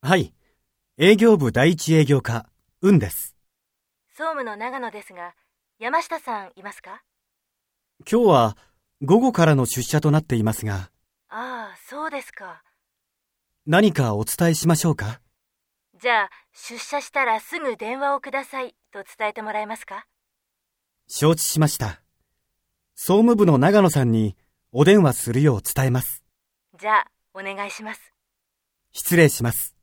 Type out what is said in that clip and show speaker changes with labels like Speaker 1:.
Speaker 1: はい。営業部第一営業課、運です。
Speaker 2: 総務の長野ですが、山下さんいますか
Speaker 1: 今日は午後からの出社となっていますが、
Speaker 2: ああ、そうですか。
Speaker 1: 何かお伝えしましょうか
Speaker 2: じゃあ、出社したらすぐ電話をくださいと伝えてもらえますか
Speaker 1: 承知しました。総務部の長野さんにお電話するよう伝えます。
Speaker 2: じゃあ、お願いします。
Speaker 1: 失礼します。